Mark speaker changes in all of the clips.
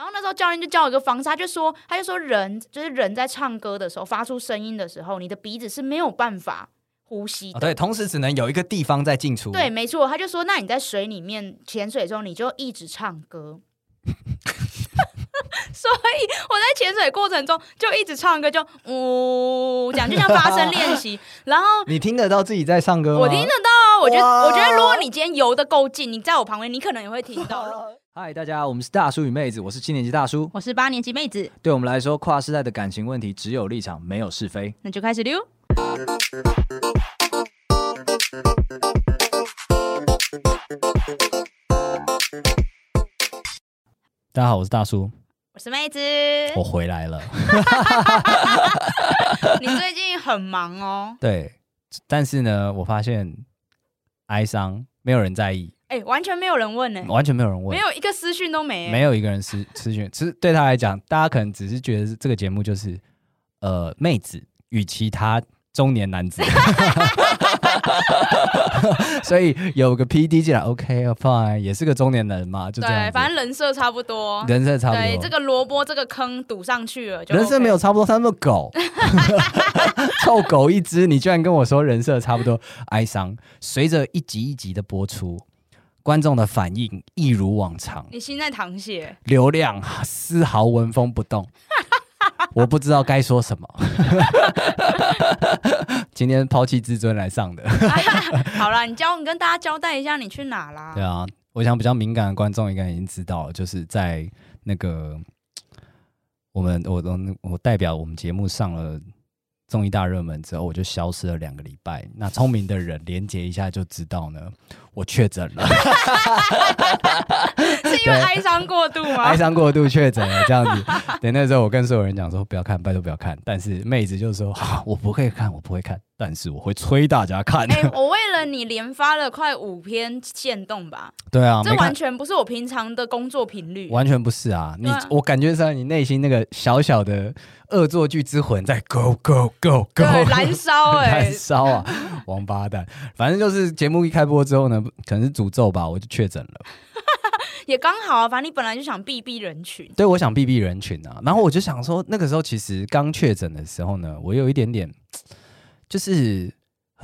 Speaker 1: 后教练就教我一个方式，他就说，他就说人就是人在唱歌的时候发出声音的时候，你的鼻子是没有办法呼吸
Speaker 2: 哦
Speaker 1: 的。
Speaker 3: 啊
Speaker 2: 对，同时只能有一个地方在进出。
Speaker 1: 对，，没错，他就说，那你在水里面潜水的时候，你就一直唱歌。 所以我在潜水过程中就一直唱歌，就呜讲，就像发声练习。然后
Speaker 2: 你听得到自己在唱歌吗？
Speaker 1: 我听得到啊，我觉得
Speaker 2: 哇
Speaker 1: 我觉得如果你今天游的够近，你在我旁边，你可能也会听到。
Speaker 2: 嗨，大家，我们是大叔与妹子，我是七年级大叔。
Speaker 4: 我是八年级妹子，
Speaker 2: 对我们来说，跨世代的感情问题只有立场，没有是非。
Speaker 4: 那就开始溜。
Speaker 3: 大家好，我是大叔，
Speaker 1: 我是妹子，哎
Speaker 3: 我回 来了。
Speaker 1: 你最近很忙哦。
Speaker 3: 对，但是呢，我发现哀伤没有人在意，
Speaker 1: 哎、完全没有人问呢、欸
Speaker 3: 完全没有人问
Speaker 1: 没，有一个私讯都没、欸
Speaker 3: 没
Speaker 1: 有，
Speaker 3: 有一个人私私讯。其实对他来讲，大家可能只是觉得这个节目就是呃妹子与其他中年男子， 所以有个 P D 进来，OK 哦 fine，也是个中年人嘛，就这样
Speaker 1: 对，
Speaker 3: 子。
Speaker 1: 反正人设差不多。
Speaker 3: 人设差不多，
Speaker 1: 对，这个萝卜这个坑堵上去了，就、
Speaker 3: 人设没有。差不多，他那么 狗， 臭狗一只，你居然跟我说人设差不多，哀伤。随着一集一集的播出，观众的反应一如往常，
Speaker 1: 你心在淌血，
Speaker 3: 流量丝毫纹风不动。我不知道该说什么， 今天抛弃自尊来上的，
Speaker 1: 好啦，你交你跟大家交代一下你去哪啦
Speaker 3: 对？啊，我想比较敏感的观众应该已经知道了，就是在那个我们我我我代表我们节目上了综艺大热门之后，我就消失了两个礼拜。那聪明的人连接一下就知道呢，我确诊了，
Speaker 1: 是因为哀伤过度吗
Speaker 3: 哀？伤过度确诊了这样子。 对，那时候我跟所有人讲说不要看，拜托不要看。但是妹子就说、 啊、我不会看，我不会看，但是我会催大家看。
Speaker 1: 哎、我为了你连发了快五篇线动吧，
Speaker 3: 对啊，
Speaker 1: 这
Speaker 3: 没看
Speaker 1: 完全不是我平常的工作频率。
Speaker 3: 完全不是啊！你、
Speaker 1: 对啊
Speaker 3: 我感觉上你内心那个小小的恶作剧之魂在 go go go go
Speaker 1: 对， 燃烧哎、
Speaker 3: 燃烧啊，王八蛋！反正就是节目一开播之后呢，可能是诅咒吧，我就确诊了。
Speaker 1: 也刚好啊，反正你本来就想避避人 群，
Speaker 3: 对，我想避避人群啊，然后我就想说，那个时候其实刚确诊的时候呢，我有一点点，就是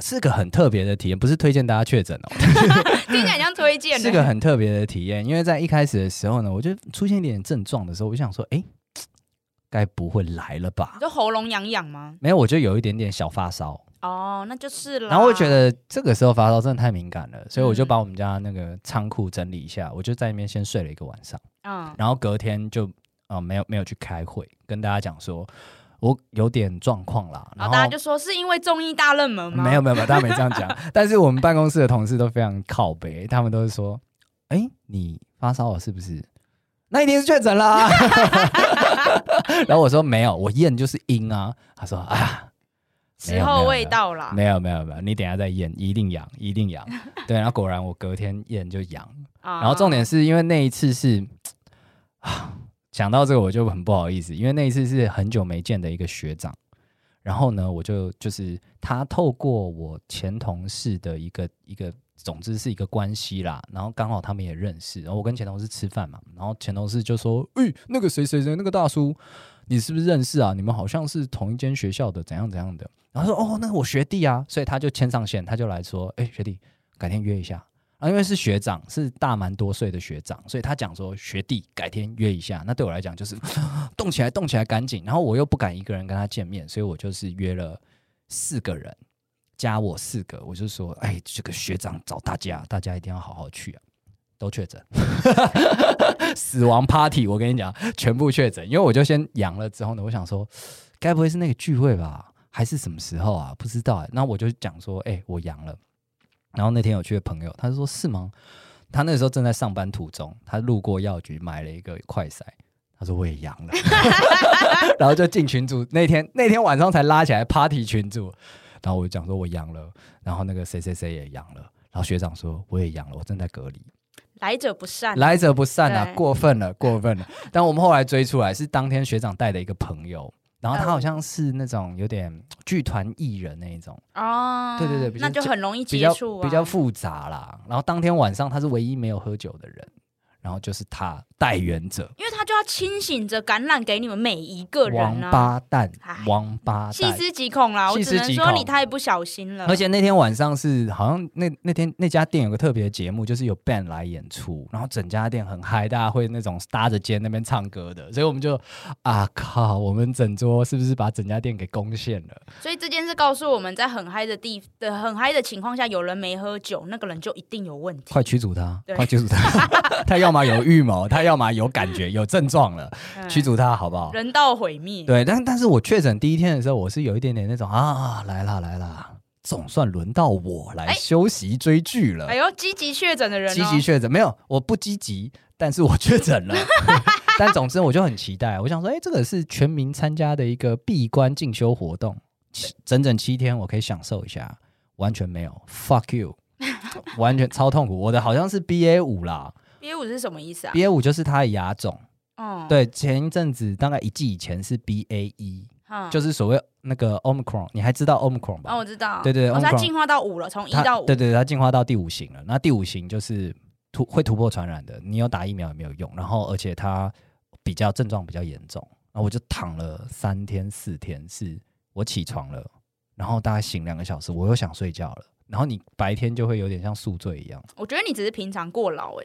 Speaker 3: 是个很特别的体验，不是推荐大家确诊哦，
Speaker 1: 听起来很像推荐、
Speaker 3: 是
Speaker 1: 欸。
Speaker 3: 个很特别的体验，因为在一开始的时候呢，我就出现一点点症状的时候，我就想说，哎，该不会来了吧
Speaker 1: 你？就喉咙痒痒吗？
Speaker 3: 没有，我就有一点点小发烧，
Speaker 1: 哦，那就是啦。
Speaker 3: 然后我觉得这个时候发烧真的太敏感了，所以我就
Speaker 1: 嗯
Speaker 3: 把我们家那个仓库整理一下，我就在那边先睡了一个晚上，
Speaker 1: 嗯，
Speaker 3: 然后隔天就呃没有没有去开会，跟大家讲说我有点状况啦，
Speaker 1: 然
Speaker 3: 然
Speaker 1: 后哦
Speaker 3: 后
Speaker 1: 大家就说是因为综艺大热门吗？
Speaker 3: 没有没有没有，大家没这样讲，但是我们办公室的同事都非常靠北，他们都是说，哎、你发烧了是不是？那一定是确诊 啦。 然后我说没有，我验就是阴啊。他说啊，
Speaker 1: 时候未到啦。
Speaker 3: 没有没有没有，你等一下再验，一定阳，一定 阳。对，然后果然我隔天验就阳。
Speaker 1: 啊
Speaker 3: 然后重点是因为那一次是， 啊讲到这个我就很不好意思，因为那一次是很久没见的一个学长。然后呢，我就就是他透过我前同事的一个一个，总之是一个关系啦。然后刚好他们也认识，然后我跟前同事吃饭嘛，然后前同事就说：“诶、那个谁谁谁，那个大叔，你是不是认识啊？你们好像是同一间学校的，怎样怎样的。”然后说：“哦，那我学弟啊。”所以他就牵上线，他就来说：“诶，学弟，改天约一下。”啊，因为是学长，是大蛮多岁的学长，所以他讲说学弟改天约一下。那对我来讲就是 动起来，动起来，赶紧。然后我又不敢一个人跟他见面，所以我就是约了四个人，加我四个，我就说，哎，这个学长找大家，大家一定要好好去啊。都确诊， 死亡 party，我跟你讲，全部确诊。因为我就先阳了之后呢，我想说，该不会是那个聚会吧，还是什么时候啊？不知道哎、那我就讲说，哎、我阳了。然后那天有去的朋友，他就说是吗？他那个时候正在上班途中，他路过药局买了一个快筛，他说我也阳了， 然后就进群组。那天那天晚上才拉起来 party 群组，然后我就讲说我阳了，然后那个谁谁谁也阳了，然后学长说我也阳了，我正在隔离。
Speaker 1: 来者不善，
Speaker 3: 来者不善啊，
Speaker 1: 对
Speaker 3: 过分了，过分了。但我们后来追出来是当天学长带的一个朋友，然后他好像是那种有点剧团艺人那一种，
Speaker 1: 哦，
Speaker 3: 对对对比较
Speaker 1: 那就很容易
Speaker 3: 比
Speaker 1: 接
Speaker 3: 较
Speaker 1: 触啊，
Speaker 3: 比较复杂啦。然后当天晚上他是唯一没有喝酒的人，然后就是他代言者，
Speaker 1: 因为他就要清醒着感染给你们每一个
Speaker 3: 王
Speaker 1: 人啊，
Speaker 3: 八蛋
Speaker 1: 哎，
Speaker 3: 王八
Speaker 1: 细
Speaker 3: 蛋。
Speaker 1: 思极恐啦！我
Speaker 3: 细
Speaker 1: 只
Speaker 3: 思
Speaker 1: 能
Speaker 3: 极
Speaker 1: 说你
Speaker 3: 恐
Speaker 1: 太不小心了。
Speaker 3: 而且那天晚上是好像那那天那家店有个特别节目，就是有 band 来演出，然后整家店很嗨，大家会那种搭着肩那边唱歌的，所以我们就啊靠，我们整桌是不是把整家店给攻陷了？
Speaker 1: 所以这件事告诉我们在很嗨的地的很嗨的情况下，有人没喝酒，那个人就一定有问题。
Speaker 3: 快驱逐他，
Speaker 1: 对
Speaker 3: 快驱逐他！ 他要么有预谋，他要么有感觉、有症状了，
Speaker 1: 嗯
Speaker 3: 驱逐他好不好？
Speaker 1: 人道毁灭。
Speaker 3: 对，但但是我确诊第一天的时候，我是有一点点那种啊，来啦来啦，总算轮到我来
Speaker 1: 哎
Speaker 3: 休息追剧了。
Speaker 1: 哎呦，积极确诊的人、哦，
Speaker 3: 积极确诊没有，我不积极，但是我确诊 了。但总之我就很期待，我想说，哎、这个是全民参加的一个闭关进修活动，七整整七天，我可以享受一下。完全没有 ，fuck you，完全超痛苦。我的好像是 BA 五啦
Speaker 1: B 五是什么意思啊？
Speaker 3: ，BA 五就是它的牙种。
Speaker 1: 嗯，
Speaker 3: 对，前一阵子大概一季以前是 BA 一，
Speaker 1: 嗯，
Speaker 3: 就是所谓那个 omicron，你还知道 omicron 吧？
Speaker 1: 啊，我知道，
Speaker 3: 对对
Speaker 1: 我它
Speaker 3: Omicron
Speaker 1: 进化到五了，从一
Speaker 3: 它
Speaker 1: 到五，
Speaker 3: 对对，它进化到第五型了。那第五型就是突会突破传染的，你有打疫苗也没有用。然后而且它比较症状比较严重，然后我就躺了三天四天，是我起床了，然后大概醒两个小时，我又想睡觉了。然后你白天就会有点像宿醉一样。
Speaker 1: 我觉得你只是平常过劳哎、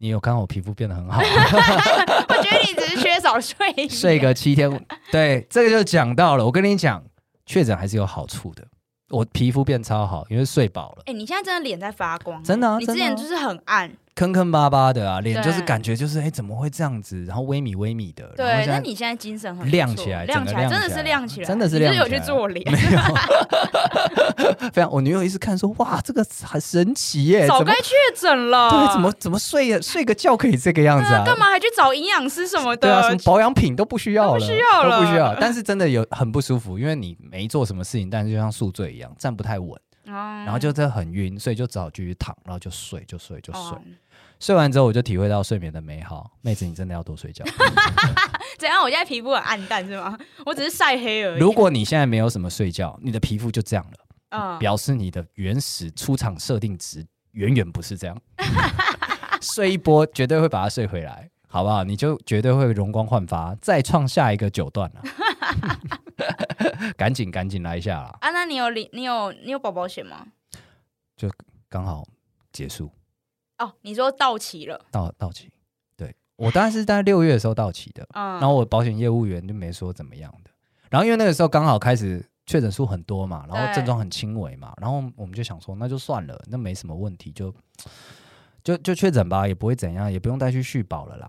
Speaker 3: 你有看到我皮肤变得很好吗，
Speaker 1: 我觉得你只是缺少 睡意
Speaker 3: 睡个七天，对，这个就讲到了。我跟你讲，确诊还是有好处的。我皮肤变超好，因为睡饱了，
Speaker 1: 哎、你现在真的脸在发光，欸
Speaker 3: 真的啊
Speaker 1: 你之
Speaker 3: 真的啊
Speaker 1: 前就是很暗，
Speaker 3: 坑坑巴巴的啊，脸就是
Speaker 1: 对
Speaker 3: 感觉就是哎、怎么会这样子？然后微米微米的，然后
Speaker 1: 对，
Speaker 3: 现
Speaker 1: 那
Speaker 3: 在
Speaker 1: 你现在精神很不
Speaker 3: 亮
Speaker 1: 错
Speaker 3: 起来
Speaker 1: 亮起来，
Speaker 3: 整
Speaker 1: 真
Speaker 3: 个
Speaker 1: 的是亮
Speaker 3: 亮
Speaker 1: 起
Speaker 3: 起
Speaker 1: 来，
Speaker 3: 来真的是
Speaker 1: 你
Speaker 3: 亮
Speaker 1: 是
Speaker 3: 起
Speaker 1: 有
Speaker 3: 来
Speaker 1: 去做脸，
Speaker 3: 非常，我女友一直看说哇，这个很神奇耶、
Speaker 1: 早
Speaker 3: 怎么
Speaker 1: 该确诊了，
Speaker 3: 对怎么怎么睡呀睡个觉可以这个样子啊？
Speaker 1: 干嘛还去找营养师什么
Speaker 3: 对啊，
Speaker 1: 的
Speaker 3: 什么？保养品都不需要了，
Speaker 1: 都不需要了
Speaker 3: 都不需要。但是真的有很不舒服，因为你没做什么事情，但是就像宿醉一样，站不太稳，
Speaker 1: 然
Speaker 3: 然后就真的很晕，所以就只好继续躺，然后就睡，就睡，就睡
Speaker 1: 哦。，
Speaker 3: 睡完之后，我就体会到睡眠的美好。妹子，你真的要多睡觉。
Speaker 1: 怎样？我现在皮肤很暗淡是吗？我只是晒黑而已。
Speaker 3: 如果你现在没有什么睡觉，你的皮肤就这样了。
Speaker 1: 嗯，
Speaker 3: 表示你的原始出厂设定值远远不是这样。睡一波绝对会把它睡回来，好不好？你就绝对会容光焕发，再创下一个九段了、赶紧赶紧来一下啦，
Speaker 1: 啊，那你有领你有你有宝宝险吗？
Speaker 3: 刚好结束
Speaker 1: 哦，你说到期了，
Speaker 3: 到到期。对我当然是在六月的时候到期的，
Speaker 1: 嗯，
Speaker 3: 然后我保险业务员就没说怎么样的。然后因为那个时候刚好开始确诊数很多嘛，然后
Speaker 1: 对
Speaker 3: 症状很轻微嘛，然后我们就想说那就算了，那没什么问题，就就就确诊吧，也不会怎样，也不用再去续保了啦。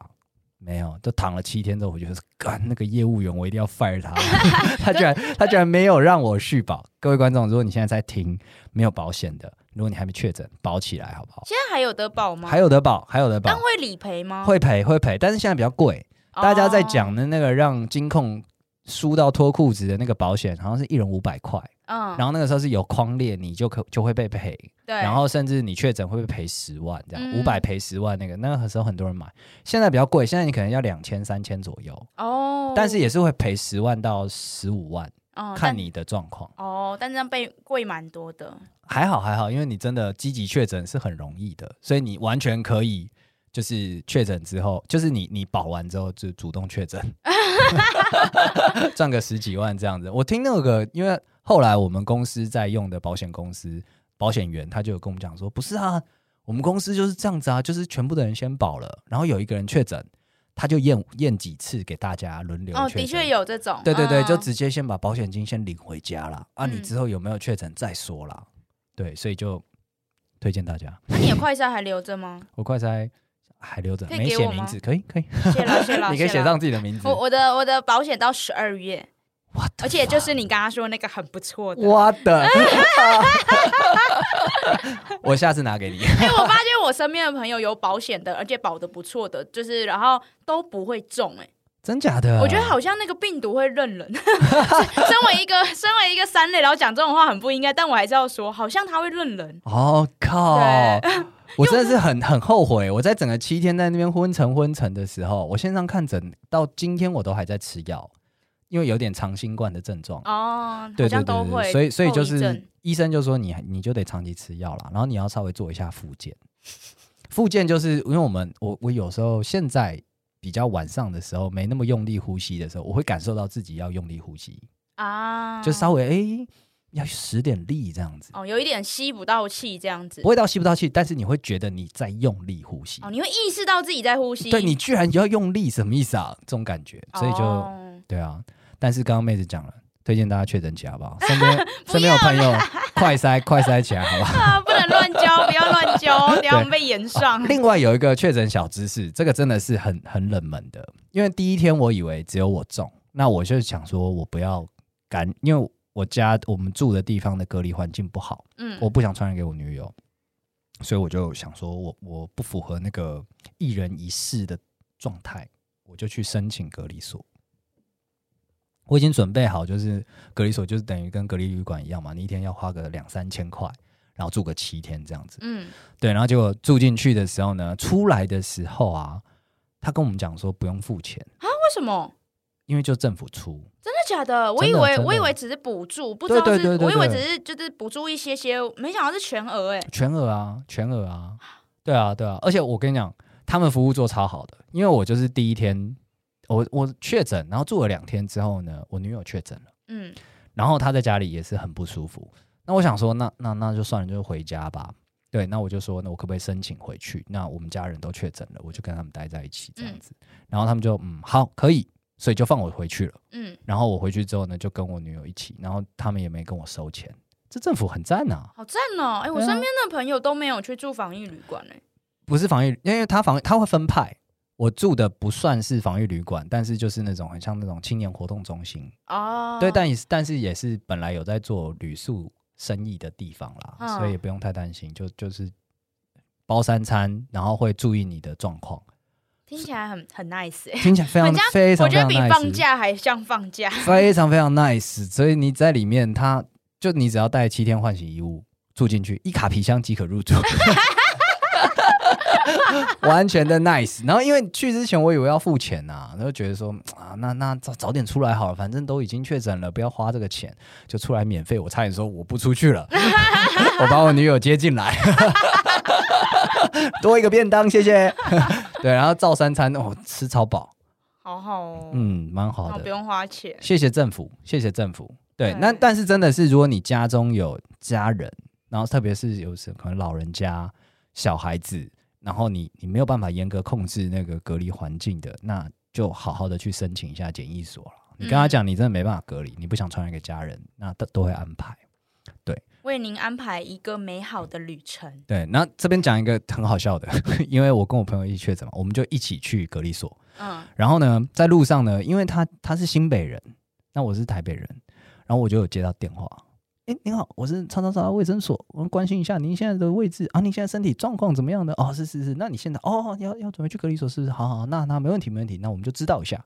Speaker 3: 没有，就躺了七天之后，我觉得干那个业务员，我一定要 fire 他。 他居然他居然没有让我续保。各位观众，如果你现在在听没有保险的，如果你还没确诊，保起来好不好？
Speaker 1: 现在还有得保吗？
Speaker 3: 还有得保，还有得
Speaker 1: 但
Speaker 3: 保，
Speaker 1: 会理赔吗？
Speaker 3: 会赔会赔，但是现在比较贵。
Speaker 1: 哦，
Speaker 3: 大家在讲的那个让金控输到脱裤子的那个保险，好像是一人五百块，
Speaker 1: 嗯，
Speaker 3: 然后那个时候是有框列，你就可就会被赔，
Speaker 1: 对，
Speaker 3: 然后甚至你确诊会被赔十万这样，
Speaker 1: 嗯
Speaker 3: 五百赔十万那个，那个时候很多人买，现在比较贵，现在你可能要两千三千左右，
Speaker 1: 哦，
Speaker 3: 但是也是会赔十万到十五万，
Speaker 1: 哦
Speaker 3: 看
Speaker 1: 但
Speaker 3: 你的状况。
Speaker 1: 哦，但这样被贵蛮多的，
Speaker 3: 还好还好，因为你真的积极确诊是很容易的，所以你完全可以就是确诊之后，就是你你保完之后就主动确诊，赚个十几万这样子。我听那个，因为后来我们公司在用的保险公司保险员他就有跟我们讲说，不是啊，我们公司就是这样子啊，就是全部的人先保了，然后有一个人确诊，他就验验几次给大家轮流
Speaker 1: 哦，
Speaker 3: 确
Speaker 1: 的
Speaker 3: 诊
Speaker 1: 确。有这种，
Speaker 3: 对对对，
Speaker 1: 嗯
Speaker 3: 就直接先把保险金先领回家啦。啊，你
Speaker 1: 嗯
Speaker 3: 之后有没有确诊再说啦。对，所以就推荐大家，
Speaker 1: 那你的快筛还留着 吗？
Speaker 3: 我快筛还留着，
Speaker 1: 可以
Speaker 3: 没
Speaker 1: 给
Speaker 3: 写
Speaker 1: 我
Speaker 3: 名
Speaker 1: 吗
Speaker 3: 字，可以可以，
Speaker 1: 谢了谢了，
Speaker 3: 你可以
Speaker 1: 谢
Speaker 3: 写
Speaker 1: 了
Speaker 3: 上自己的名字
Speaker 1: 我。我的我的保险到十二月，
Speaker 3: 我
Speaker 1: 而且就是你刚刚说那个很不错的，
Speaker 3: 我的， 我下次拿给你。
Speaker 1: 因为哎我发现我身边的朋友有保险的，而且保的不错的，就是然后都不会中、欸，
Speaker 3: 真假的？
Speaker 1: 我觉得好像那个病毒会认人。 身为一个身为一个三类，然后讲这种话很不应该，但我还是要说，好像他会认人。
Speaker 3: 哦靠！我真的是很很后悔，我在整个七天在那边昏沉昏沉的时候，我线上看诊到今天我都还在吃药，因为有点长新冠的症状。
Speaker 1: 哦，好
Speaker 3: 对对
Speaker 1: 像
Speaker 3: 对
Speaker 1: 都
Speaker 3: 对
Speaker 1: 会，
Speaker 3: 对，所以所以就
Speaker 1: 后遗
Speaker 3: 是
Speaker 1: 症
Speaker 3: 医生就说你你就得长期吃药啦，然后你要稍微做一下复健。复健就是因为我们我我有时候现在比较晚上的时候没那么用力呼吸的时候，我会感受到自己要用力呼吸，
Speaker 1: 啊，
Speaker 3: 就稍微哎、要使点力这样子，
Speaker 1: 哦，有一点吸不到气这样子
Speaker 3: 不。会到吸不到气，但是你会觉得你在用力呼吸，
Speaker 1: 哦，你会意识到自己在呼吸，
Speaker 3: 对你居然要用力，什么意思啊？这种感觉，所以就、
Speaker 1: 哦
Speaker 3: 对啊。但是刚刚妹子讲了，推荐大家确诊起来好不好？身边身边有朋友快筛快筛起来好不好？
Speaker 1: 啊，不能乱教，不要乱教， 等下我们被延上。
Speaker 3: 哦另外有一个确诊小知识，这个真的是很很冷门的，因为第一天我以为只有我中，那我就想说我不要感，因为我家我们住的地方的隔离环境不好，
Speaker 1: 嗯，
Speaker 3: 我不想传染给我女友，所以我就想说我我不符合那个一人一室的状态，我就去申请隔离所。我已经准备好，就是隔离所就是等于跟隔离旅馆一样嘛，你一天要花个两三千块，然后住个七天这样子。
Speaker 1: 嗯，
Speaker 3: 对，然后结果住进去的时候呢，出来的时候啊，他跟我们讲说不用付钱，
Speaker 1: 为什么？
Speaker 3: 因为就政府出。
Speaker 1: 真的假的？我以
Speaker 3: 真的
Speaker 1: 为
Speaker 3: 真的
Speaker 1: 我以为只是补助，不知
Speaker 3: 对
Speaker 1: 道是
Speaker 3: 对对对
Speaker 1: 我以为
Speaker 3: 对
Speaker 1: 只是就是补助一些些，没想到是全额哎。
Speaker 3: 全额啊，全额啊，对啊，对啊。而且我跟你讲，他们服务做超好的，因为我就是第一天，我我确诊，然后住了两天之后呢，我女友确诊了，
Speaker 1: 嗯，
Speaker 3: 然后她在家里也是很不舒服。那我想说，那那那就算了，就回家吧。对，那我就说，那我可不可以申请回去？那我们家人都确诊了，我就跟他们待在一起这样子。然后他们就嗯，好，可以，所以就放我回去了。
Speaker 1: 嗯，
Speaker 3: 然后我回去之后呢，就跟我女友一起，然后他们也没跟我收钱，这政府很赞呐、
Speaker 1: 好赞哦！哎，我
Speaker 3: 对啊
Speaker 1: 身边的朋友都没有去住防疫旅馆哎。
Speaker 3: 不是防疫，因为他防他会分派。我住的不算是防疫旅馆，但是就是那种很像那种青年活动中心，
Speaker 1: 哦，
Speaker 3: 对，但也是但是也是本来有在做旅宿生意的地方啦，
Speaker 1: 嗯
Speaker 3: 所以也不用太担心，就就是包三餐，然后会注意你的状况，
Speaker 1: 听起来很很 nice 哎。
Speaker 3: 听起来非常
Speaker 1: 人家
Speaker 3: 非
Speaker 1: 我
Speaker 3: 常非
Speaker 1: 觉得
Speaker 3: 常
Speaker 1: 比放
Speaker 3: nice，
Speaker 1: 假还像放假。
Speaker 3: 非常非常 nice，所以你在里面他，就你只要带七天换洗衣物住进去，一卡皮箱即可入住。 完全的 nice，然后因为去之前我以为要付钱呐、然后觉得说嗯啊，那那早早点出来好了，反正都已经确诊了，不要花这个钱，就出来免费。我差点说我不出去了， 我把我女友接进来， 多一个便当，谢谢。 对，然后照三餐哦，吃超饱，
Speaker 1: 好好哦，
Speaker 3: 嗯，蛮
Speaker 1: 那
Speaker 3: 好
Speaker 1: 我
Speaker 3: 的
Speaker 1: 不。用花钱。
Speaker 3: 谢谢政府，谢谢政府。对，
Speaker 1: 对
Speaker 3: 那但是真的是，如果你家中有家人，然后特别是有时可能老人家、小孩子，然后你你没有办法严格控制那个隔离环境的，那就好好的去申请一下检疫所了。你跟他讲，你真的没办法隔离，你不想传染给家人，那都都会安排。
Speaker 1: 为您安排一个美好的旅程。
Speaker 3: 对，那这边讲一 个很好笑的，因为我跟我朋友一起确诊嘛，我们就一起去隔离所，
Speaker 1: 嗯，
Speaker 3: 然后呢，在路上呢，因为他他是新北人，那我是台北人，然后我就有接到电话，诶，您好，我是超超超卫生所，我们关心一下您现在的位置啊，您现在身体状况怎么样呢？哦，是是是，那你现在哦要要准备去隔离所是不是？好好，那那没问题没问题，那我们就知道一下。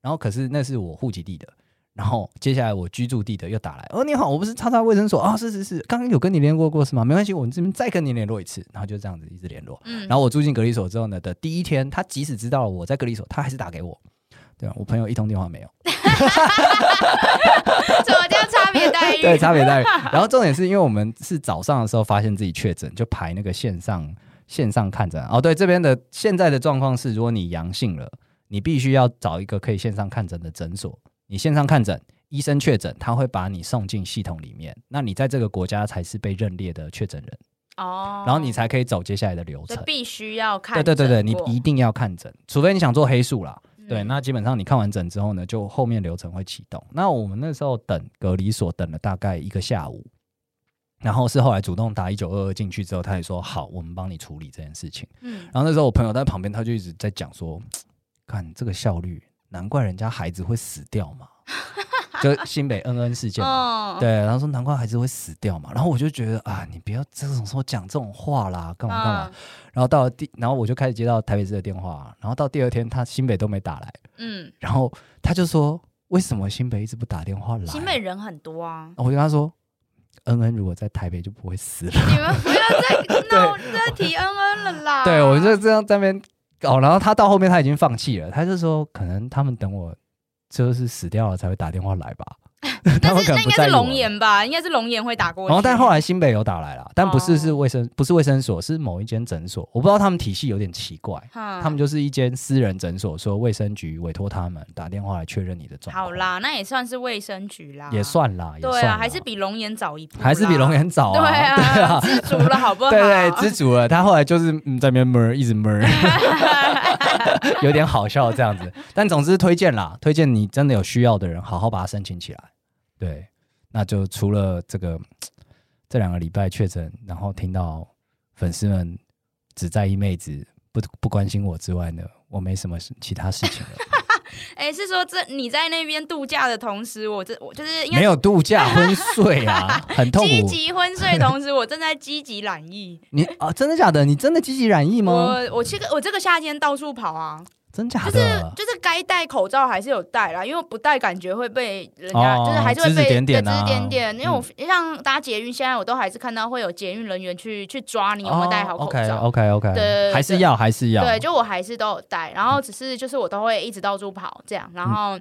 Speaker 3: 然后可是那是我户籍地的，然后接下来我居住地的又打来，哦你好，我不是叉叉卫生所啊、是是是，刚刚有跟你联络过是吗？没关系，我们这边再跟你联络一次，然后就这样子一直联络。
Speaker 1: 嗯
Speaker 3: 然后我住进隔离所之后呢的第一天，他即使知道了我在隔离所，他还是打给我。对啊，我朋友一通电话 没有，
Speaker 1: 怎么叫差别待遇？
Speaker 3: 对，差别待遇。然后重点是因为我们是早上的时候发现自己确诊，就排那个线上线上看诊。哦，对，这边的现在的状况是，如果你阳性了，你必须要找一个可以线上看诊的诊所。你线上看诊，医生确诊，他会把你送进系统里面，那你在这个国家才是被认列的确诊人，
Speaker 1: 哦，
Speaker 3: 然后你才可以走接下来的流
Speaker 1: 所
Speaker 3: 程
Speaker 1: 以。必须要看
Speaker 3: 对
Speaker 1: 诊
Speaker 3: 对
Speaker 1: 过。
Speaker 3: 对对，你一定要看诊，除非你想做黑数啦。
Speaker 1: 嗯
Speaker 3: 对，那基本上你看完诊之后呢，就后面流程会启动。那我们那时候等隔离所等了大概一个下午，然后是后来主动打一九二二进去之后，他也说好，我们帮你处理这件事情。
Speaker 1: 嗯，
Speaker 3: 然后那时候我朋友在旁边，他就一直在讲说，看这个效率，难怪人家孩子会死掉 嘛，就新北恩恩事件嘛。
Speaker 1: 哦，
Speaker 3: 对，然后说难怪孩子会死掉嘛，然后我就觉得啊，你不要这种时候讲这种话啦，干嘛干嘛。
Speaker 1: 嗯
Speaker 3: 然后到了第，然后我就开始接到台北市的电话，然后到第二天他新北都没打来，
Speaker 1: 嗯，
Speaker 3: 然后他就说：“为什么新北一直不打电话来？”
Speaker 1: 新北，人很多啊，
Speaker 3: 我就跟他说：“恩恩如果在台北就不会死了。
Speaker 1: 你们不要再 闹这提恩恩了啦。
Speaker 3: 对，我就这样在那边搞。然后他到后面他 已经放弃了，他就说：“可能他们等我就是死掉了才会打电话来吧。”他
Speaker 1: 但
Speaker 3: 们
Speaker 1: 是那
Speaker 3: 可
Speaker 1: 应
Speaker 3: 能不
Speaker 1: 该
Speaker 3: 在
Speaker 1: 是
Speaker 3: 意
Speaker 1: 龙
Speaker 3: 我。
Speaker 1: 岩吧，应该是龙岩会打过去。
Speaker 3: 然后，但后来新北有打来了，但不是是
Speaker 1: 哦
Speaker 3: 卫生，不是卫生所，是某一间诊所。我不知道他们体系有点奇怪，
Speaker 1: 哈，
Speaker 3: 他们就是一间私人诊所，说卫生局委托他们打电话来确认你的状况。
Speaker 1: 好，啦，那也算是卫生局啦，
Speaker 3: 也算啦，也
Speaker 1: 对
Speaker 3: 算啦
Speaker 1: 啊，还是比龙岩早一步啦，
Speaker 3: 还是比龙岩早
Speaker 1: 对
Speaker 3: 啊， 对
Speaker 1: 啊，知足了好不好？
Speaker 3: 对对，知足了。他后来就是嗯，在那边闷，一直闷， 有点好笑这样子。但总之推荐啦，推荐你真的有需要的人，好好把它申请起来。对，那就除了这个这两个礼拜确诊，然后听到粉丝们只在意妹子，不不关心我之外呢，我没什么事其他事情了。
Speaker 1: 哎，是说这你在那边度假的同时，我这我就是应该
Speaker 3: 没有度假昏睡啊，很痛
Speaker 1: 积
Speaker 3: 苦。
Speaker 1: 极昏睡，同时我正在积极染 疫。
Speaker 3: 你啊，真的假的？你真的积极染疫吗？
Speaker 1: 我我这个我这个夏天到处跑啊，
Speaker 3: 真假
Speaker 1: 就是
Speaker 3: 的？
Speaker 1: 就是该戴口罩还是有戴啦，因为不戴感觉会被人家、
Speaker 3: 哦
Speaker 1: 就是还是会
Speaker 3: 指
Speaker 1: 被
Speaker 3: 指点点啊
Speaker 1: 对指指点点。因为我、像搭捷运，现在我都还是看到会有捷运人员去去抓你有没有戴好口罩。
Speaker 3: o k OK OK，
Speaker 1: 对对对
Speaker 3: 哦还是要还是要。
Speaker 1: 对，就我还是都有戴，然后只是就是我都会一直到处跑这样，
Speaker 3: 嗯
Speaker 1: 然后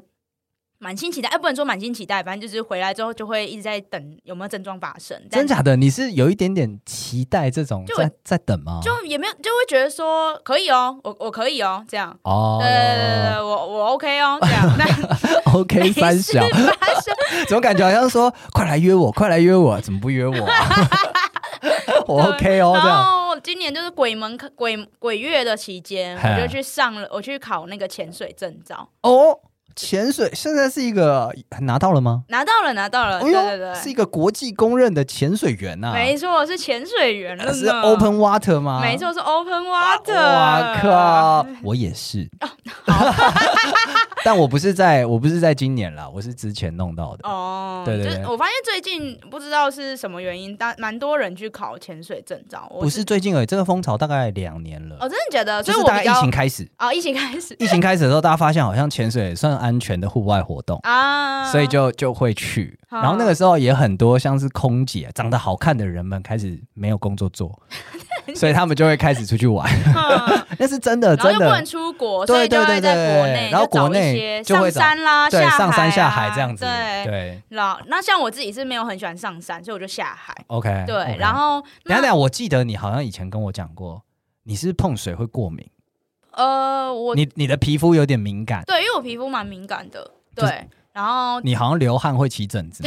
Speaker 1: 满心期待，哎、不能说满心期待，反正就是回来之后就会一直在等有没有症状发生。但
Speaker 3: 真假的？你是有一点点期待这种
Speaker 1: 就
Speaker 3: 在在等吗？
Speaker 1: 就也没有，就会觉得说可以哦，我我可以哦，这样。
Speaker 3: 哦
Speaker 1: 对对对，对我我 OK 哦，这 样。那
Speaker 3: ，OK 三小，
Speaker 1: 发生
Speaker 3: 怎么感觉好像说快来约我，快来约我，怎么不约 我啊？我 OK 哦，这
Speaker 1: 然
Speaker 3: 样
Speaker 1: 后今年就是鬼门开鬼鬼月的期间，
Speaker 3: 嘿
Speaker 1: 我就去上了，我去考那个潜水证照，
Speaker 3: 哦。潜水现在是一个拿到了吗？
Speaker 1: 拿到了，拿到了，
Speaker 3: 哎
Speaker 1: 对
Speaker 3: 呦
Speaker 1: 对
Speaker 3: 是
Speaker 1: 对
Speaker 3: 一，个国际公认的潜水员呐、
Speaker 1: 没错，我是潜水员了呢，
Speaker 3: 是 Open Water 吗？
Speaker 1: 没错，是 Open Water，
Speaker 3: 啊哇靠！我也是，
Speaker 1: 哦
Speaker 3: 但我不是在，我不是在今年啦，我是之前弄到的。
Speaker 1: 哦，
Speaker 3: 对对对
Speaker 1: 就是我发现最近不知道是什么原因，但蛮多人去考潜水证照，我
Speaker 3: 不是最近而已，这个风潮大概两年了，
Speaker 1: 哦，真的假的？
Speaker 3: 就
Speaker 1: 所以
Speaker 3: 是
Speaker 1: 我
Speaker 3: 大
Speaker 1: 比
Speaker 3: 概疫
Speaker 1: 较
Speaker 3: 情开始，
Speaker 1: 哦，疫情开始
Speaker 3: 疫情开始的时候，大家发现好像潜水也算安全的户外活动，
Speaker 1: 啊，
Speaker 3: 所以就就会去。
Speaker 1: 啊
Speaker 3: 然后那个时候也很多像是空姐啊长得好看的人们开始没有工作 做，所以他们就会开始出去玩，
Speaker 1: 嗯
Speaker 3: 那是 真的，
Speaker 1: 然后
Speaker 3: 真
Speaker 1: 又不
Speaker 3: 的
Speaker 1: 能。出国，所
Speaker 3: 对
Speaker 1: 以就会
Speaker 3: 对对
Speaker 1: 在国内
Speaker 3: 对，然后国内
Speaker 1: 就
Speaker 3: 就
Speaker 1: 找一些上
Speaker 3: 会找
Speaker 1: 山啦，
Speaker 3: 对，上山下
Speaker 1: 海
Speaker 3: 海
Speaker 1: 啊
Speaker 3: 这样子，
Speaker 1: 对，
Speaker 3: 对
Speaker 1: 老那像我自己是没有很喜欢上山，所以我就下海。
Speaker 3: 哎，OK，
Speaker 1: 对，然后
Speaker 3: 等一
Speaker 1: 那
Speaker 3: 下，等一下，我记得你好像以前跟我讲过，你是碰水会过敏，
Speaker 1: 呃，我
Speaker 3: 你你的皮肤有点敏感，
Speaker 1: 对，因为我皮肤蛮敏感的，
Speaker 3: 就是
Speaker 1: 对，然后
Speaker 3: 你好像流汗会起 疹子，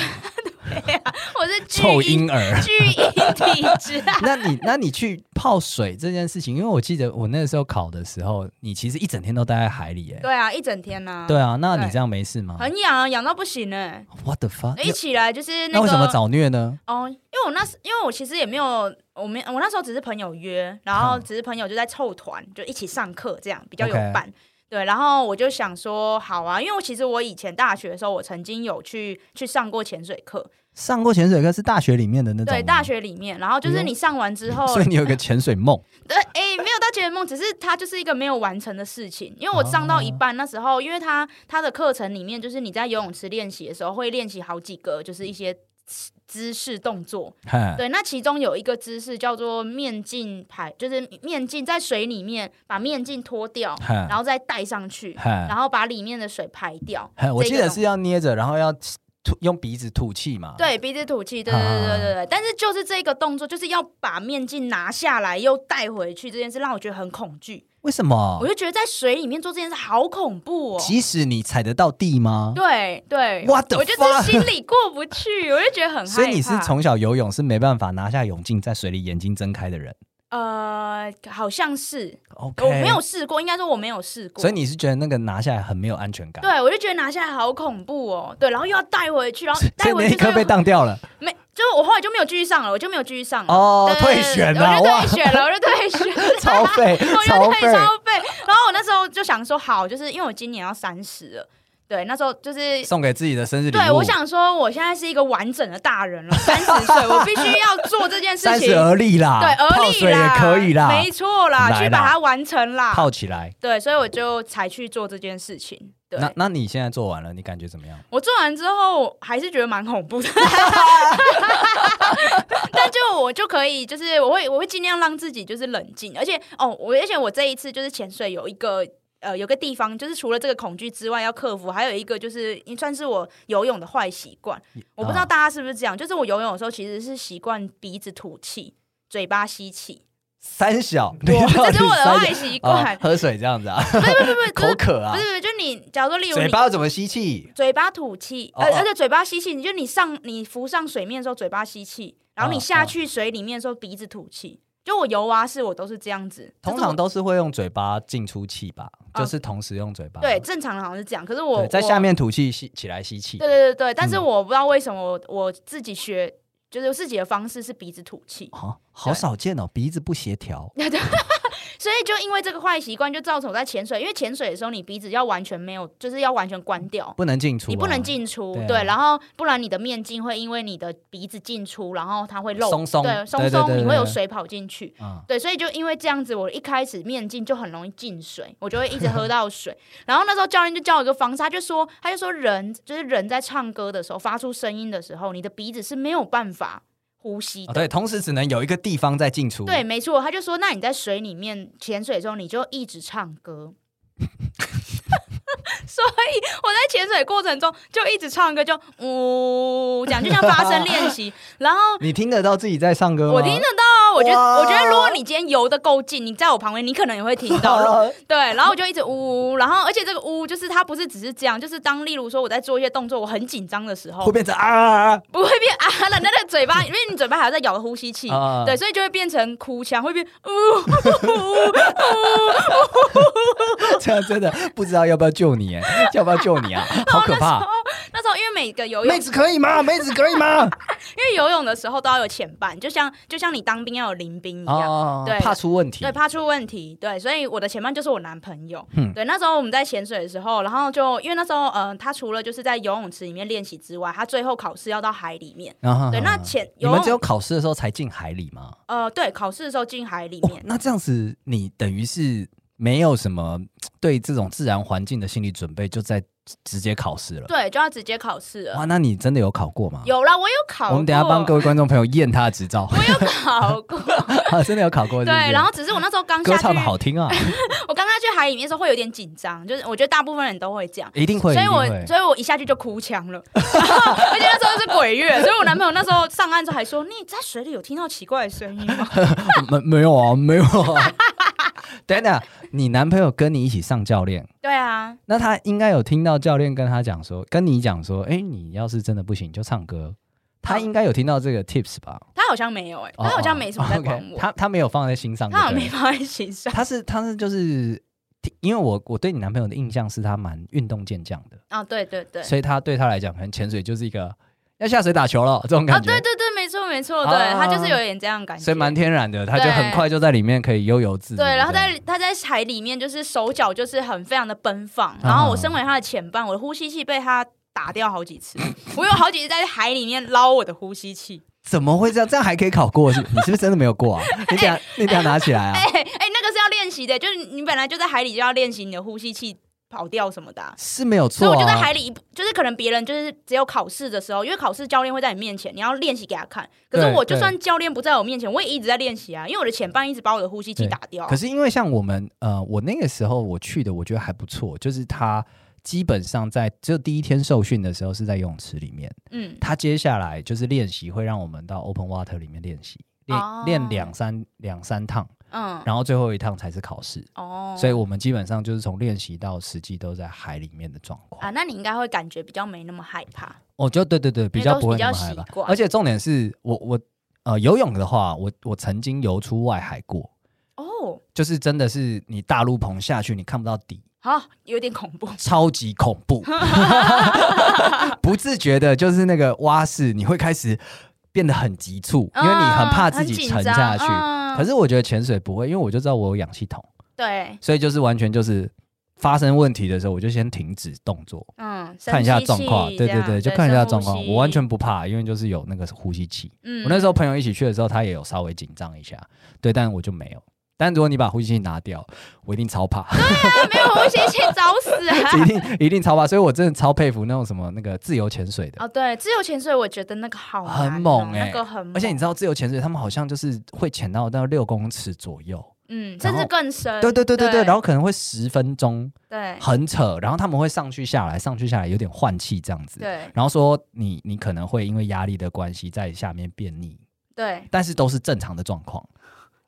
Speaker 1: 我是巨
Speaker 3: 臭婴 儿。。
Speaker 1: 巨婴体质啊
Speaker 3: 那你那你去泡水这件事情，因为我记得我那时候考的时候，你其实一整天都待在海里，哎，
Speaker 1: 对啊，一整天呐、
Speaker 3: 对啊，那
Speaker 1: 对
Speaker 3: 你这样没事吗
Speaker 1: 很痒啊，痒到不行哎、
Speaker 3: ？What the fuck？
Speaker 1: 一起来就是
Speaker 3: 那
Speaker 1: 个
Speaker 3: 为什么早虐呢？
Speaker 1: 哦，因为我那时，因为我其实也没有，我没，我那时候只是朋友约，然后
Speaker 3: 嗯
Speaker 1: 只是朋友就在凑团，就一起上课，这样比较有
Speaker 3: OK
Speaker 1: 伴。对，然后我就想说，好啊，因为我其实我以前大学的时候，我曾经有去去上过潜水课，
Speaker 3: 上过潜水课是大学里面的那种吗，
Speaker 1: 对，大学里面，然后就
Speaker 3: 哎
Speaker 1: 是
Speaker 3: 呦
Speaker 1: 你上完之后，
Speaker 3: 所以你有一个潜水梦，
Speaker 1: 对，哎、没有到解梦，只是它就是一个没有完成的事情。因为我上
Speaker 3: 哦
Speaker 1: 到一半那时候，因为它它的课程里面，就是你在游泳池练习的时候，会练习好几个，就是一些姿姿势动作。
Speaker 3: 哈
Speaker 1: 对，那其中有一个姿势叫做面镜排，就是面镜在水里面把面镜脱掉，然
Speaker 3: 哈
Speaker 1: 后再戴上去，然
Speaker 3: 哈
Speaker 1: 后把里面的水排掉。
Speaker 3: 哈，我
Speaker 1: 这
Speaker 3: 记
Speaker 1: 个
Speaker 3: 得
Speaker 1: 东
Speaker 3: 是要捏着，然后要吐用鼻子吐气嘛，
Speaker 1: 对，鼻子吐气，对对
Speaker 3: 啊
Speaker 1: 对对对对。但是就是这个动作，就是要把面镜拿下来又戴回去这件事，让我觉得很恐惧。
Speaker 3: 为什么
Speaker 1: 我？就觉得在水里面做这件事好恐怖哦。
Speaker 3: 即使你踩得到地吗？
Speaker 1: 对对，
Speaker 3: What the
Speaker 1: 我就是
Speaker 3: fuck？
Speaker 1: 心里过不去， 我就觉得很害怕。
Speaker 3: 所以你是从小游泳是没办法拿下泳镜，在水里眼睛睁开的人。
Speaker 1: 呃，好像是
Speaker 3: OK，
Speaker 1: 我没有，试过，应该说我没有试过。
Speaker 3: 所以你是觉得那个拿下来很没有安全感。，
Speaker 1: 对我就觉得拿下来好恐怖哦，对，然后又要带回去，然后带
Speaker 3: 所以
Speaker 1: 回
Speaker 3: 那
Speaker 1: 去
Speaker 3: 一
Speaker 1: 之后
Speaker 3: 刻
Speaker 1: 又
Speaker 3: 被当掉了。
Speaker 1: 没，就是我后来就没有继续上了，我就没有继续上了。
Speaker 3: 哦
Speaker 1: 嗯对，对
Speaker 3: 退
Speaker 1: 对
Speaker 3: 选
Speaker 1: 对
Speaker 3: 了
Speaker 1: 我就
Speaker 3: 哇，
Speaker 1: 退，选了，我就退选了
Speaker 3: 超费
Speaker 1: 我，就
Speaker 3: 超
Speaker 1: 退超
Speaker 3: 费。
Speaker 1: 费。然后我那时候就想说，好，就是因为我今年要三十了，对，那时候就是
Speaker 3: 送给自己的生日礼物。
Speaker 1: 对，我想说，我现在是一个完整的大人了，三十岁，我必须要做这件事
Speaker 3: 三
Speaker 1: 情。
Speaker 3: 十而立啦，
Speaker 1: 对，而
Speaker 3: 泡
Speaker 1: 立
Speaker 3: 水也
Speaker 1: 啦，
Speaker 3: 可以啦，
Speaker 1: 没错啦，
Speaker 3: 来啦
Speaker 1: 去把它完成啦。
Speaker 3: 泡起来。
Speaker 1: 对，所以我就才去做这件事情。对，
Speaker 3: 那那你现在做完了，你感觉怎么样？
Speaker 1: 我做完之后还是觉得蛮恐怖的， 但就我就可以，就是我会我会尽量让自己就是冷静，而且哦，我而且我这一次就是潜水有一个呃，有个地方就是除了这个恐惧之外要克服，还有一个就是算是我游泳的坏习惯。我
Speaker 3: 啊
Speaker 1: 不知道大家是不是这样，就是我游泳的时候其实是习惯鼻子吐气，嘴巴吸气，
Speaker 3: 三小， 你
Speaker 1: 我
Speaker 3: 到
Speaker 1: 这
Speaker 3: 底
Speaker 1: 是我的
Speaker 3: 三
Speaker 1: 坏
Speaker 3: 小
Speaker 1: 习
Speaker 3: 哦
Speaker 1: 惯。
Speaker 3: 喝水这样子啊，
Speaker 1: 不是不是不是，就
Speaker 3: 口
Speaker 1: 是
Speaker 3: 渴啊
Speaker 1: 不，是，就你，假如说例如
Speaker 3: 嘴
Speaker 1: 你
Speaker 3: 巴要怎么吸气？
Speaker 1: 嘴巴吐气，呃
Speaker 3: 哦
Speaker 1: 而、
Speaker 3: 哦
Speaker 1: 而且嘴巴吸气，你就你上你浮上水面的时候嘴巴吸气，然后你
Speaker 3: 哦
Speaker 1: 下
Speaker 3: 哦
Speaker 1: 去水里面的时候鼻子吐气。就我游蛙式，我都是这样子，
Speaker 3: 通
Speaker 1: 就是我
Speaker 3: 常都是会用嘴巴进出气吧，
Speaker 1: 哦
Speaker 3: 就是同时用嘴巴。
Speaker 1: 对正常的好像是这样，可是我
Speaker 3: 对，在
Speaker 1: 我
Speaker 3: 下面吐气吸起来吸气
Speaker 1: 对。对对对，但是
Speaker 3: 嗯
Speaker 1: 我不知道为什么我我自己学，就是自己的方式是鼻子吐气，
Speaker 3: 啊，好少见哦，鼻子不协调。
Speaker 1: 所以就因为这个坏习惯，就造成我在潜水，因为潜水的时候你鼻子要完全没有，就是要完全关掉。
Speaker 3: 不能进出啊、
Speaker 1: 你不能进出，
Speaker 3: 对啊
Speaker 1: 对，然后不然你的面镜会因为你的鼻子进出，然后它会漏，
Speaker 3: 松松
Speaker 1: 对，松
Speaker 3: 对对对
Speaker 1: 松，
Speaker 3: 对
Speaker 1: 你会有
Speaker 3: 对
Speaker 1: 水跑进去，
Speaker 3: 啊、
Speaker 1: 对，所以就因为这样子，我一开始面镜就很容易进水，我就会一直喝到 水。然后那时候教练就教我一个方式，他就说，他就说人就是人在唱歌的时候发出声音的时候，你的鼻子是没有办法呼吸
Speaker 3: 哦
Speaker 1: 的。
Speaker 3: 对，同时只能有一个地方在进出。
Speaker 1: 对，，没错，他就说，那你在水里面潜水的时候，你就一直唱歌。 所以我在潜水过程中就一直唱歌，就呜讲，就像发声练 习。然后
Speaker 3: 你听得到自己在唱歌吗？哦
Speaker 1: 我听得到啊，我觉得
Speaker 3: 哇
Speaker 1: 我觉得如果你今天游的够近，你在我旁边，你可能也会听到。 对，然后我就一直呜呜，呜，然后而且这个呜就是它不是只是这样，就是当例如说我在做一些动作，我很紧张的时候
Speaker 3: 会，变成啊啊 啊
Speaker 1: 不会变啊了，那个嘴巴，因为你嘴巴还在咬着呼吸器，
Speaker 3: 啊
Speaker 1: 对，所以就会变成哭腔，会变呜。
Speaker 3: 这样真的不知道要不要救你，哎，要不要救 你啊？好可怕！
Speaker 1: 哦那时候因 为每个游泳，
Speaker 3: 妹
Speaker 1: 因
Speaker 3: 子可以吗？妹子可以 吗？
Speaker 1: 为游泳的时候都要有前伴，就像就像你当兵要有临兵一样。
Speaker 3: 哦
Speaker 1: 对
Speaker 3: 怕出问题
Speaker 1: 对，。怕出问题，对，所以我的前伴就是我男朋友。
Speaker 3: 嗯
Speaker 1: 对，那时候我们在潜水的时候，然后就因为那时候，呃，他除了就是在游泳池里面练习之外，他最后考试要到海里面。
Speaker 3: 啊哈
Speaker 1: 对，那
Speaker 3: 哈
Speaker 1: 潜
Speaker 3: 你
Speaker 1: 游
Speaker 3: 们只有
Speaker 1: 泳，
Speaker 3: 考试的时候才进海里吗？
Speaker 1: 呃，对，考试的时候进海里
Speaker 3: 哦
Speaker 1: 面，。
Speaker 3: 那这样子，你等于是没有什么对这种自然环境的心理准备，就在直接考试了。
Speaker 1: 对，就要直接考试了。
Speaker 3: 哇，那你真的有考过吗？
Speaker 1: 有啦，我有考过，
Speaker 3: 我们等一下帮各位观众朋友验他的执照，
Speaker 1: 我有考过，
Speaker 3: 啊，真的有考过是不是。
Speaker 1: 对，然后只是我那时候刚
Speaker 3: 歌
Speaker 1: 下去
Speaker 3: 唱的，好 听啊，
Speaker 1: 我刚刚去海里面的时候会有点紧张，就是我觉得大部分人都会这样。
Speaker 3: 一定会，
Speaker 1: 所以我
Speaker 3: 一定会
Speaker 1: 所以我一下去就哭腔了， 而且那时候是鬼月，所以我男朋友那时候上岸之后还说：“你在水里有听到奇怪的声音吗
Speaker 3: 没没有啊，没有啊。 等等，你男朋友跟你一起上教练，？”
Speaker 1: 对啊，
Speaker 3: 那他应该有听到教练跟他讲说，跟你讲说，哎，你要是真的不行就唱歌。他应该有听到这个 tips 吧？
Speaker 1: 他好像没有哎、欸，他
Speaker 3: 哦
Speaker 1: 好像没什么在
Speaker 3: 哦
Speaker 1: 管
Speaker 3: OK，
Speaker 1: 我，
Speaker 3: 他他没有放在心上就
Speaker 1: 他好
Speaker 3: 对了，
Speaker 1: 像没放在心上
Speaker 3: 他是他是就是，因为我我对你男朋友的印象是他蛮运动健将的，
Speaker 1: 啊、对对对，
Speaker 3: 所以他对他来讲，可能潜水就是一个要下水打球了这种
Speaker 1: 啊
Speaker 3: 感觉，
Speaker 1: 对对对，没错没错，
Speaker 3: 啊
Speaker 1: 对他就是有点这样的感觉，
Speaker 3: 所以蛮天然的，他就很快就在里面可以悠游自如这
Speaker 1: 对，
Speaker 3: 样。
Speaker 1: 然后在他在海里面就是手脚就是很非常的奔放，
Speaker 3: 啊
Speaker 1: 然后我身为他的前伴，我的呼吸器被他打掉好几次，我有好几次在海里面捞我的呼吸器，
Speaker 3: 怎么会这样？这样还可以考过？是你是不是真的没 有过啊？你等下你等下拿起来
Speaker 1: 哎
Speaker 3: 啊！
Speaker 1: 哎、那个是要练习的，就是你本来就在海里就要练习你的呼吸器跑掉什么的啊、
Speaker 3: 是没有
Speaker 1: 所以
Speaker 3: 错
Speaker 1: 我就在
Speaker 3: 啊
Speaker 1: 海。里，就是可能别人就是只有考试的时候，因为考试教练会在你面前，你要练习给他看。可是
Speaker 3: 对
Speaker 1: 我就
Speaker 3: 对
Speaker 1: 算教练不在我面前，我也一直在练习啊，因为我的前半一直把我的呼吸器
Speaker 3: 对
Speaker 1: 打掉啊。
Speaker 3: 可是因为像我们呃，我那个时候我去的，我觉得还不错，就是他基本上在只有第一天受训的时候是在游泳池里面，
Speaker 1: 嗯，
Speaker 3: 他接下来就是练习会让我们到 open water 里面练习，练、
Speaker 1: 哦
Speaker 3: 练两三两三趟，
Speaker 1: 嗯，
Speaker 3: 然后最后一趟才是考试。
Speaker 1: 哦，
Speaker 3: 所以我们基本上就是从练习到实际都在海里面的状况。
Speaker 1: 啊，那你应该会感觉比较没那么害怕。
Speaker 3: 哦，就对对对，比
Speaker 1: 因为
Speaker 3: 较
Speaker 1: 都
Speaker 3: 不会
Speaker 1: 比
Speaker 3: 那么
Speaker 1: 较
Speaker 3: 害
Speaker 1: 习
Speaker 3: 怕。
Speaker 1: 惯
Speaker 3: 而且重点是我我呃游泳的话，我我曾经游出外海过，
Speaker 1: 哦，
Speaker 3: 就是真的是你大陆棚下去，你看不到底，
Speaker 1: 好，有点恐怖。
Speaker 3: 超级恐 怖。不自觉的，就是那个蛙式，你会开始变得很急促，因为你很怕自己沉下去。
Speaker 1: 啊嗯很紧张嗯
Speaker 3: 可是我觉得潜水不会，因为我就知道我有氧气筒，
Speaker 1: 对，
Speaker 3: 所以就是完全就是发生问题的时候，我就先停止动作，
Speaker 1: 嗯，
Speaker 3: 看一
Speaker 1: 深
Speaker 3: 下
Speaker 1: 吸
Speaker 3: 状况。
Speaker 1: 气
Speaker 3: 对
Speaker 1: 这
Speaker 3: 对
Speaker 1: 样
Speaker 3: 对，就看一下状
Speaker 1: 深
Speaker 3: 况。
Speaker 1: 呼吸
Speaker 3: 我完全不怕，因为就是有那个呼吸器。
Speaker 1: 嗯
Speaker 3: 我那时候朋友一起去的时候，他也有稍微紧张一下，对，但我就没有。但如果你把呼吸器拿掉，我一定超怕。！
Speaker 1: 啊 没有呼吸器找死 啊
Speaker 3: 一定一定超吧，所以我真的超佩服那种什么那个自由潜水的。
Speaker 1: 哦，对，自由潜水我觉得那个好
Speaker 3: 很
Speaker 1: 难哦
Speaker 3: 猛欸
Speaker 1: 那个很猛，
Speaker 3: 而且你知道自由潜水，他们好像就是会潜到到六公尺左右，
Speaker 1: 嗯，
Speaker 3: 然
Speaker 1: 甚
Speaker 3: 后
Speaker 1: 至更深。
Speaker 3: 对对对对对，
Speaker 1: 对
Speaker 3: 然后可能会十分钟
Speaker 1: 对
Speaker 3: 很扯，然后他们会上去下来，上去下来有点换气这样子。
Speaker 1: 对
Speaker 3: 然后说你你可能会因为压力的关系在下面便溺，
Speaker 1: 对，
Speaker 3: 但是都是正常的状况，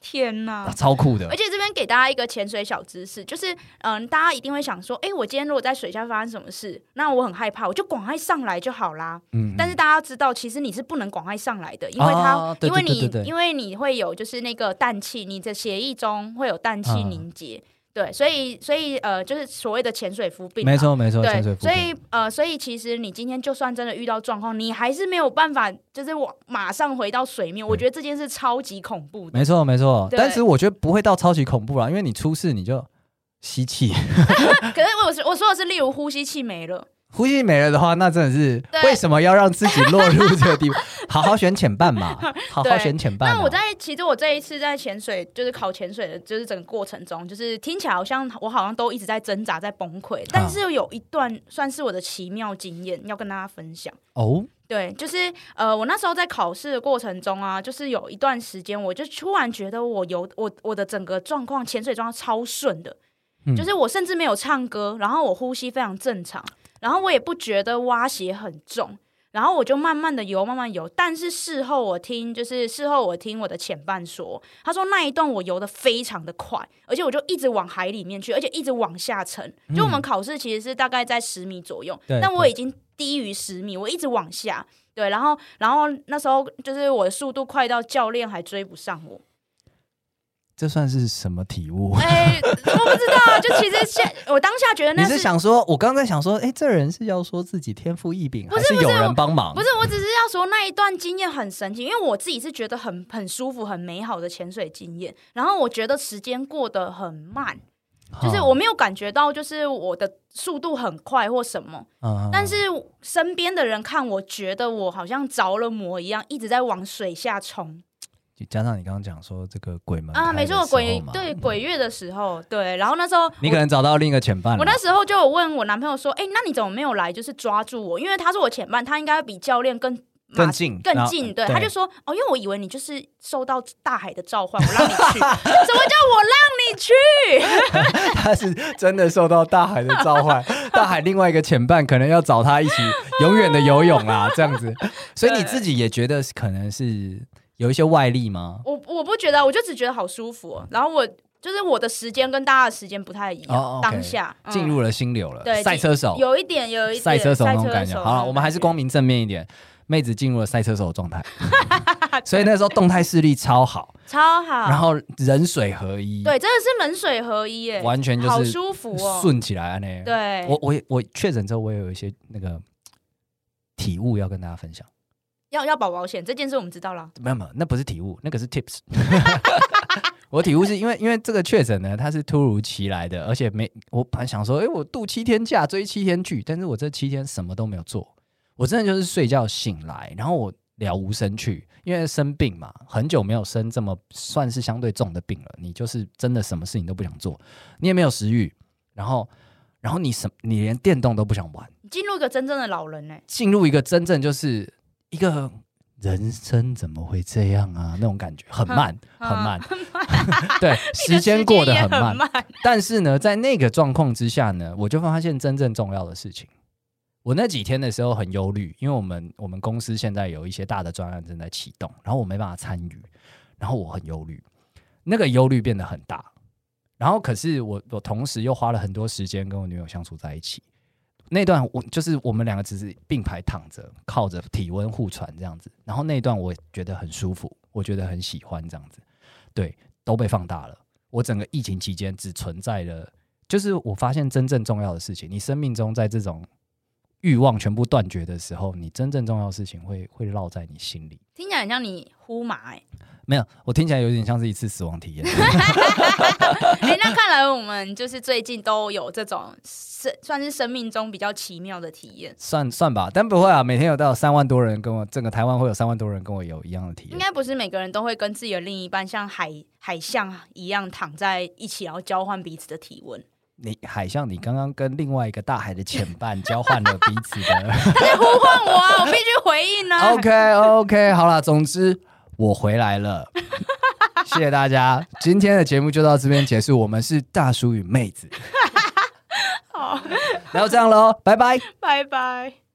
Speaker 1: 天哪
Speaker 3: 啊！超酷
Speaker 1: 哦而
Speaker 3: 的。
Speaker 1: 且这边给大家一个潜水小知识，就是嗯，大家一定会想说，哎、我今天如果在水下发生什么事，那我很害怕，我就赶快上来就好啦。
Speaker 3: 嗯，
Speaker 1: 但是大家要知道，其实你是不能赶快上来的，因为它，
Speaker 3: 哦对对
Speaker 1: 因为
Speaker 3: 对
Speaker 1: 你
Speaker 3: 对对
Speaker 1: 因为你会有就是那个氮气，你的血液中会有氮气
Speaker 3: 嗯
Speaker 1: 凝结。对，所以所以呃，就是所谓的潜水夫病，
Speaker 3: 没。错没错，
Speaker 1: 对
Speaker 3: 潜水，浮
Speaker 1: 所
Speaker 3: 萍
Speaker 1: 以呃，所以其实你今天就算真的遇到状况，你还是没有办法，就是我马上回到水面。我觉得这件事超级恐怖的。
Speaker 3: 没错没错，
Speaker 1: 对
Speaker 3: 但是我觉得不会到超级恐怖啦，因为你出事你就吸气，
Speaker 1: 可是我是我说的是，例如呼吸器没了，
Speaker 3: 呼吸没了的话，那真的是
Speaker 1: 对
Speaker 3: 为什么要让自己落入这个地 步？好好选潜伴嘛，好好
Speaker 1: 对
Speaker 3: 选哦潜伴
Speaker 1: 那
Speaker 3: 嘛。
Speaker 1: 我在其实我这一次在潜水，就是考潜水的，就是整个过程中，就是听起来好像我好像都一直在挣扎，在崩溃。但是有一段算是我的奇妙经验，要跟大家分享。
Speaker 3: 哦，
Speaker 1: 对，就是呃，我那时候在考试的过程中啊，就是有一段时间，我就突然觉得我游我我的整个状况潜水状况超顺的，
Speaker 3: 嗯
Speaker 1: 就是我甚至没有唱歌，然后我呼吸非常正常，然后我也不觉得蛙鞋很重，然后我就慢慢的游，慢慢游。但是事后我听，就是事后我听我的潜伴说，他说那一段我游的非常的快，而且我就一直往海里面去，而且一直往下沉。就我们考试其实是大概在十米左右，
Speaker 3: 嗯对
Speaker 1: 但我
Speaker 3: 对
Speaker 1: 已经低于十米，我一直往下。对，然后，然后那时候就是我的速度快到教练还追不上 我，
Speaker 3: 这算是什么体悟？
Speaker 1: 哎、我不知道，啊就其实现我当下觉得
Speaker 3: 你
Speaker 1: 那
Speaker 3: 是想说，我刚刚在想说，哎，这人是要说自己天赋异禀，
Speaker 1: 不
Speaker 3: 还
Speaker 1: 是不
Speaker 3: 有
Speaker 1: 是
Speaker 3: 人
Speaker 1: 我
Speaker 3: 帮忙？
Speaker 1: 不是，我只是要说那一段经验很神奇，因为我自己是觉得很很舒服、很美好的潜水经验。然后我觉得时间过得很慢，
Speaker 3: 哈，
Speaker 1: 就是我没有感觉到，就是我的速度很快或什么。
Speaker 3: 嗯，嗯
Speaker 1: 但是身边的人看我，觉得我好像着了魔一样，一直在往水下冲
Speaker 3: 嗯加上你刚刚讲说这个鬼门
Speaker 1: 啊！
Speaker 3: 开
Speaker 1: 没
Speaker 3: 的时
Speaker 1: 错
Speaker 3: 候，
Speaker 1: 鬼
Speaker 3: 嘛嗯
Speaker 1: 对，鬼月的时候，对。然后那时候
Speaker 3: 你
Speaker 1: 我
Speaker 3: 可能找到另一个潜伴了。
Speaker 1: 我那时候就有问我男朋友说：“哎、那你怎么没有来？就是抓住我，因为他是我前伴，他应该比教练更马
Speaker 3: 更近
Speaker 1: 更
Speaker 3: 然后
Speaker 1: 近。”对，
Speaker 3: 对
Speaker 1: 他就说：“哦，因为我以为你就是受到大海的召唤，我让你去。 什么叫我让你去？
Speaker 3: 他是真的受到大海的召唤，大海另外一个潜伴可能要找他一起永远的游泳啦，这样 子。所以你自己也觉得是可能是有一些外力吗？
Speaker 1: 我我不觉得，啊我就只觉得好舒服、哦。然后我就是我的时间跟大家的时间不太一样，
Speaker 3: 哦，OK
Speaker 1: 当下嗯
Speaker 3: 进入了心流了，
Speaker 1: 对
Speaker 3: 赛车手，
Speaker 1: 有一点有一点
Speaker 3: 赛车手那种感觉。
Speaker 1: 手
Speaker 3: 好
Speaker 1: 那
Speaker 3: 了，
Speaker 1: 种
Speaker 3: 我们还是
Speaker 1: 感觉
Speaker 3: 光明正面一点。妹子进入了赛车手的 状态，所以那时候动态视力超好，
Speaker 1: 超好，
Speaker 3: 然后人水合一，
Speaker 1: 对，真的是冷水合一耶，
Speaker 3: 完全就
Speaker 1: 好
Speaker 3: 是
Speaker 1: 舒服哦。
Speaker 3: 顺起来呢。
Speaker 1: 对，
Speaker 3: 我我也我确诊之后，我也有一些那个体悟要跟大家分享。
Speaker 1: 要要保保险这件事我们知道了，
Speaker 3: 没有没有，那不是体悟，那个是 tips。我体悟是因为因为这个确诊呢，它是突如其来的，而且没我本来想说，哎、我度七天假，追七天剧，但是我这七天什么都没有做，我真的就是睡觉醒来，然后我了无生趣，因为生病嘛，很久没有生这么算是相对重的病了，你就是真的什么事情都不想做，你也没有食欲，然后然后你什你连电动都不想玩。
Speaker 1: 你进入一个真正的老人哎呢。
Speaker 3: 进入一个真正就是一个人生怎么会这样啊那种感觉，很慢， 很慢， 对，
Speaker 1: 你的
Speaker 3: 时间过得
Speaker 1: 也
Speaker 3: 很慢
Speaker 1: 慢。，
Speaker 3: 但是呢，在那个状况之下呢，我就发现真正重要的事情。我那几天的时候很忧虑，因为我们我们公司现在有一些大的专案正在启动，然后我没办法参与，然后我很忧虑，那个忧虑变得很大。然后可是我我同时又花了很多时间跟我女友相处在一起，那段我就是我们两个只是并排躺着，靠着体温互传这样子，然后那一段我觉得很舒服，我觉得很喜欢这样子，对，都被放大了。我整个疫情期间只存在了，就是我发现真正重要的事情，你生命中在这种欲望全部断绝的时候，你真正重要的事情会会绕在你心里。
Speaker 1: 听起来很像你呼麻哎、
Speaker 3: 没有，我听起来有点像是一次死亡体验。
Speaker 1: 哎、那看来我们就是最近都有这种生算是生命中比较奇妙的体验，
Speaker 3: 算算吧，但不会啊，每天有到三万多人跟我，整个台湾会有三万多人跟我有一样的体
Speaker 1: 应
Speaker 3: 验。
Speaker 1: 该不是每个人都会跟自己的另一半像海海象一样躺在一起，然后交换彼此的体温。
Speaker 3: 你海象，你刚刚跟另外一个大海的潜伴交换了彼此的。
Speaker 1: 他在 呼唤我啊，我必须回应啊。
Speaker 3: OK OK，好啦，总之我回来了， 谢谢大家，今天的节目就到这边结束。我们是大叔与妹子，
Speaker 1: 好，
Speaker 3: 然后这样喽，拜拜。
Speaker 1: 拜拜。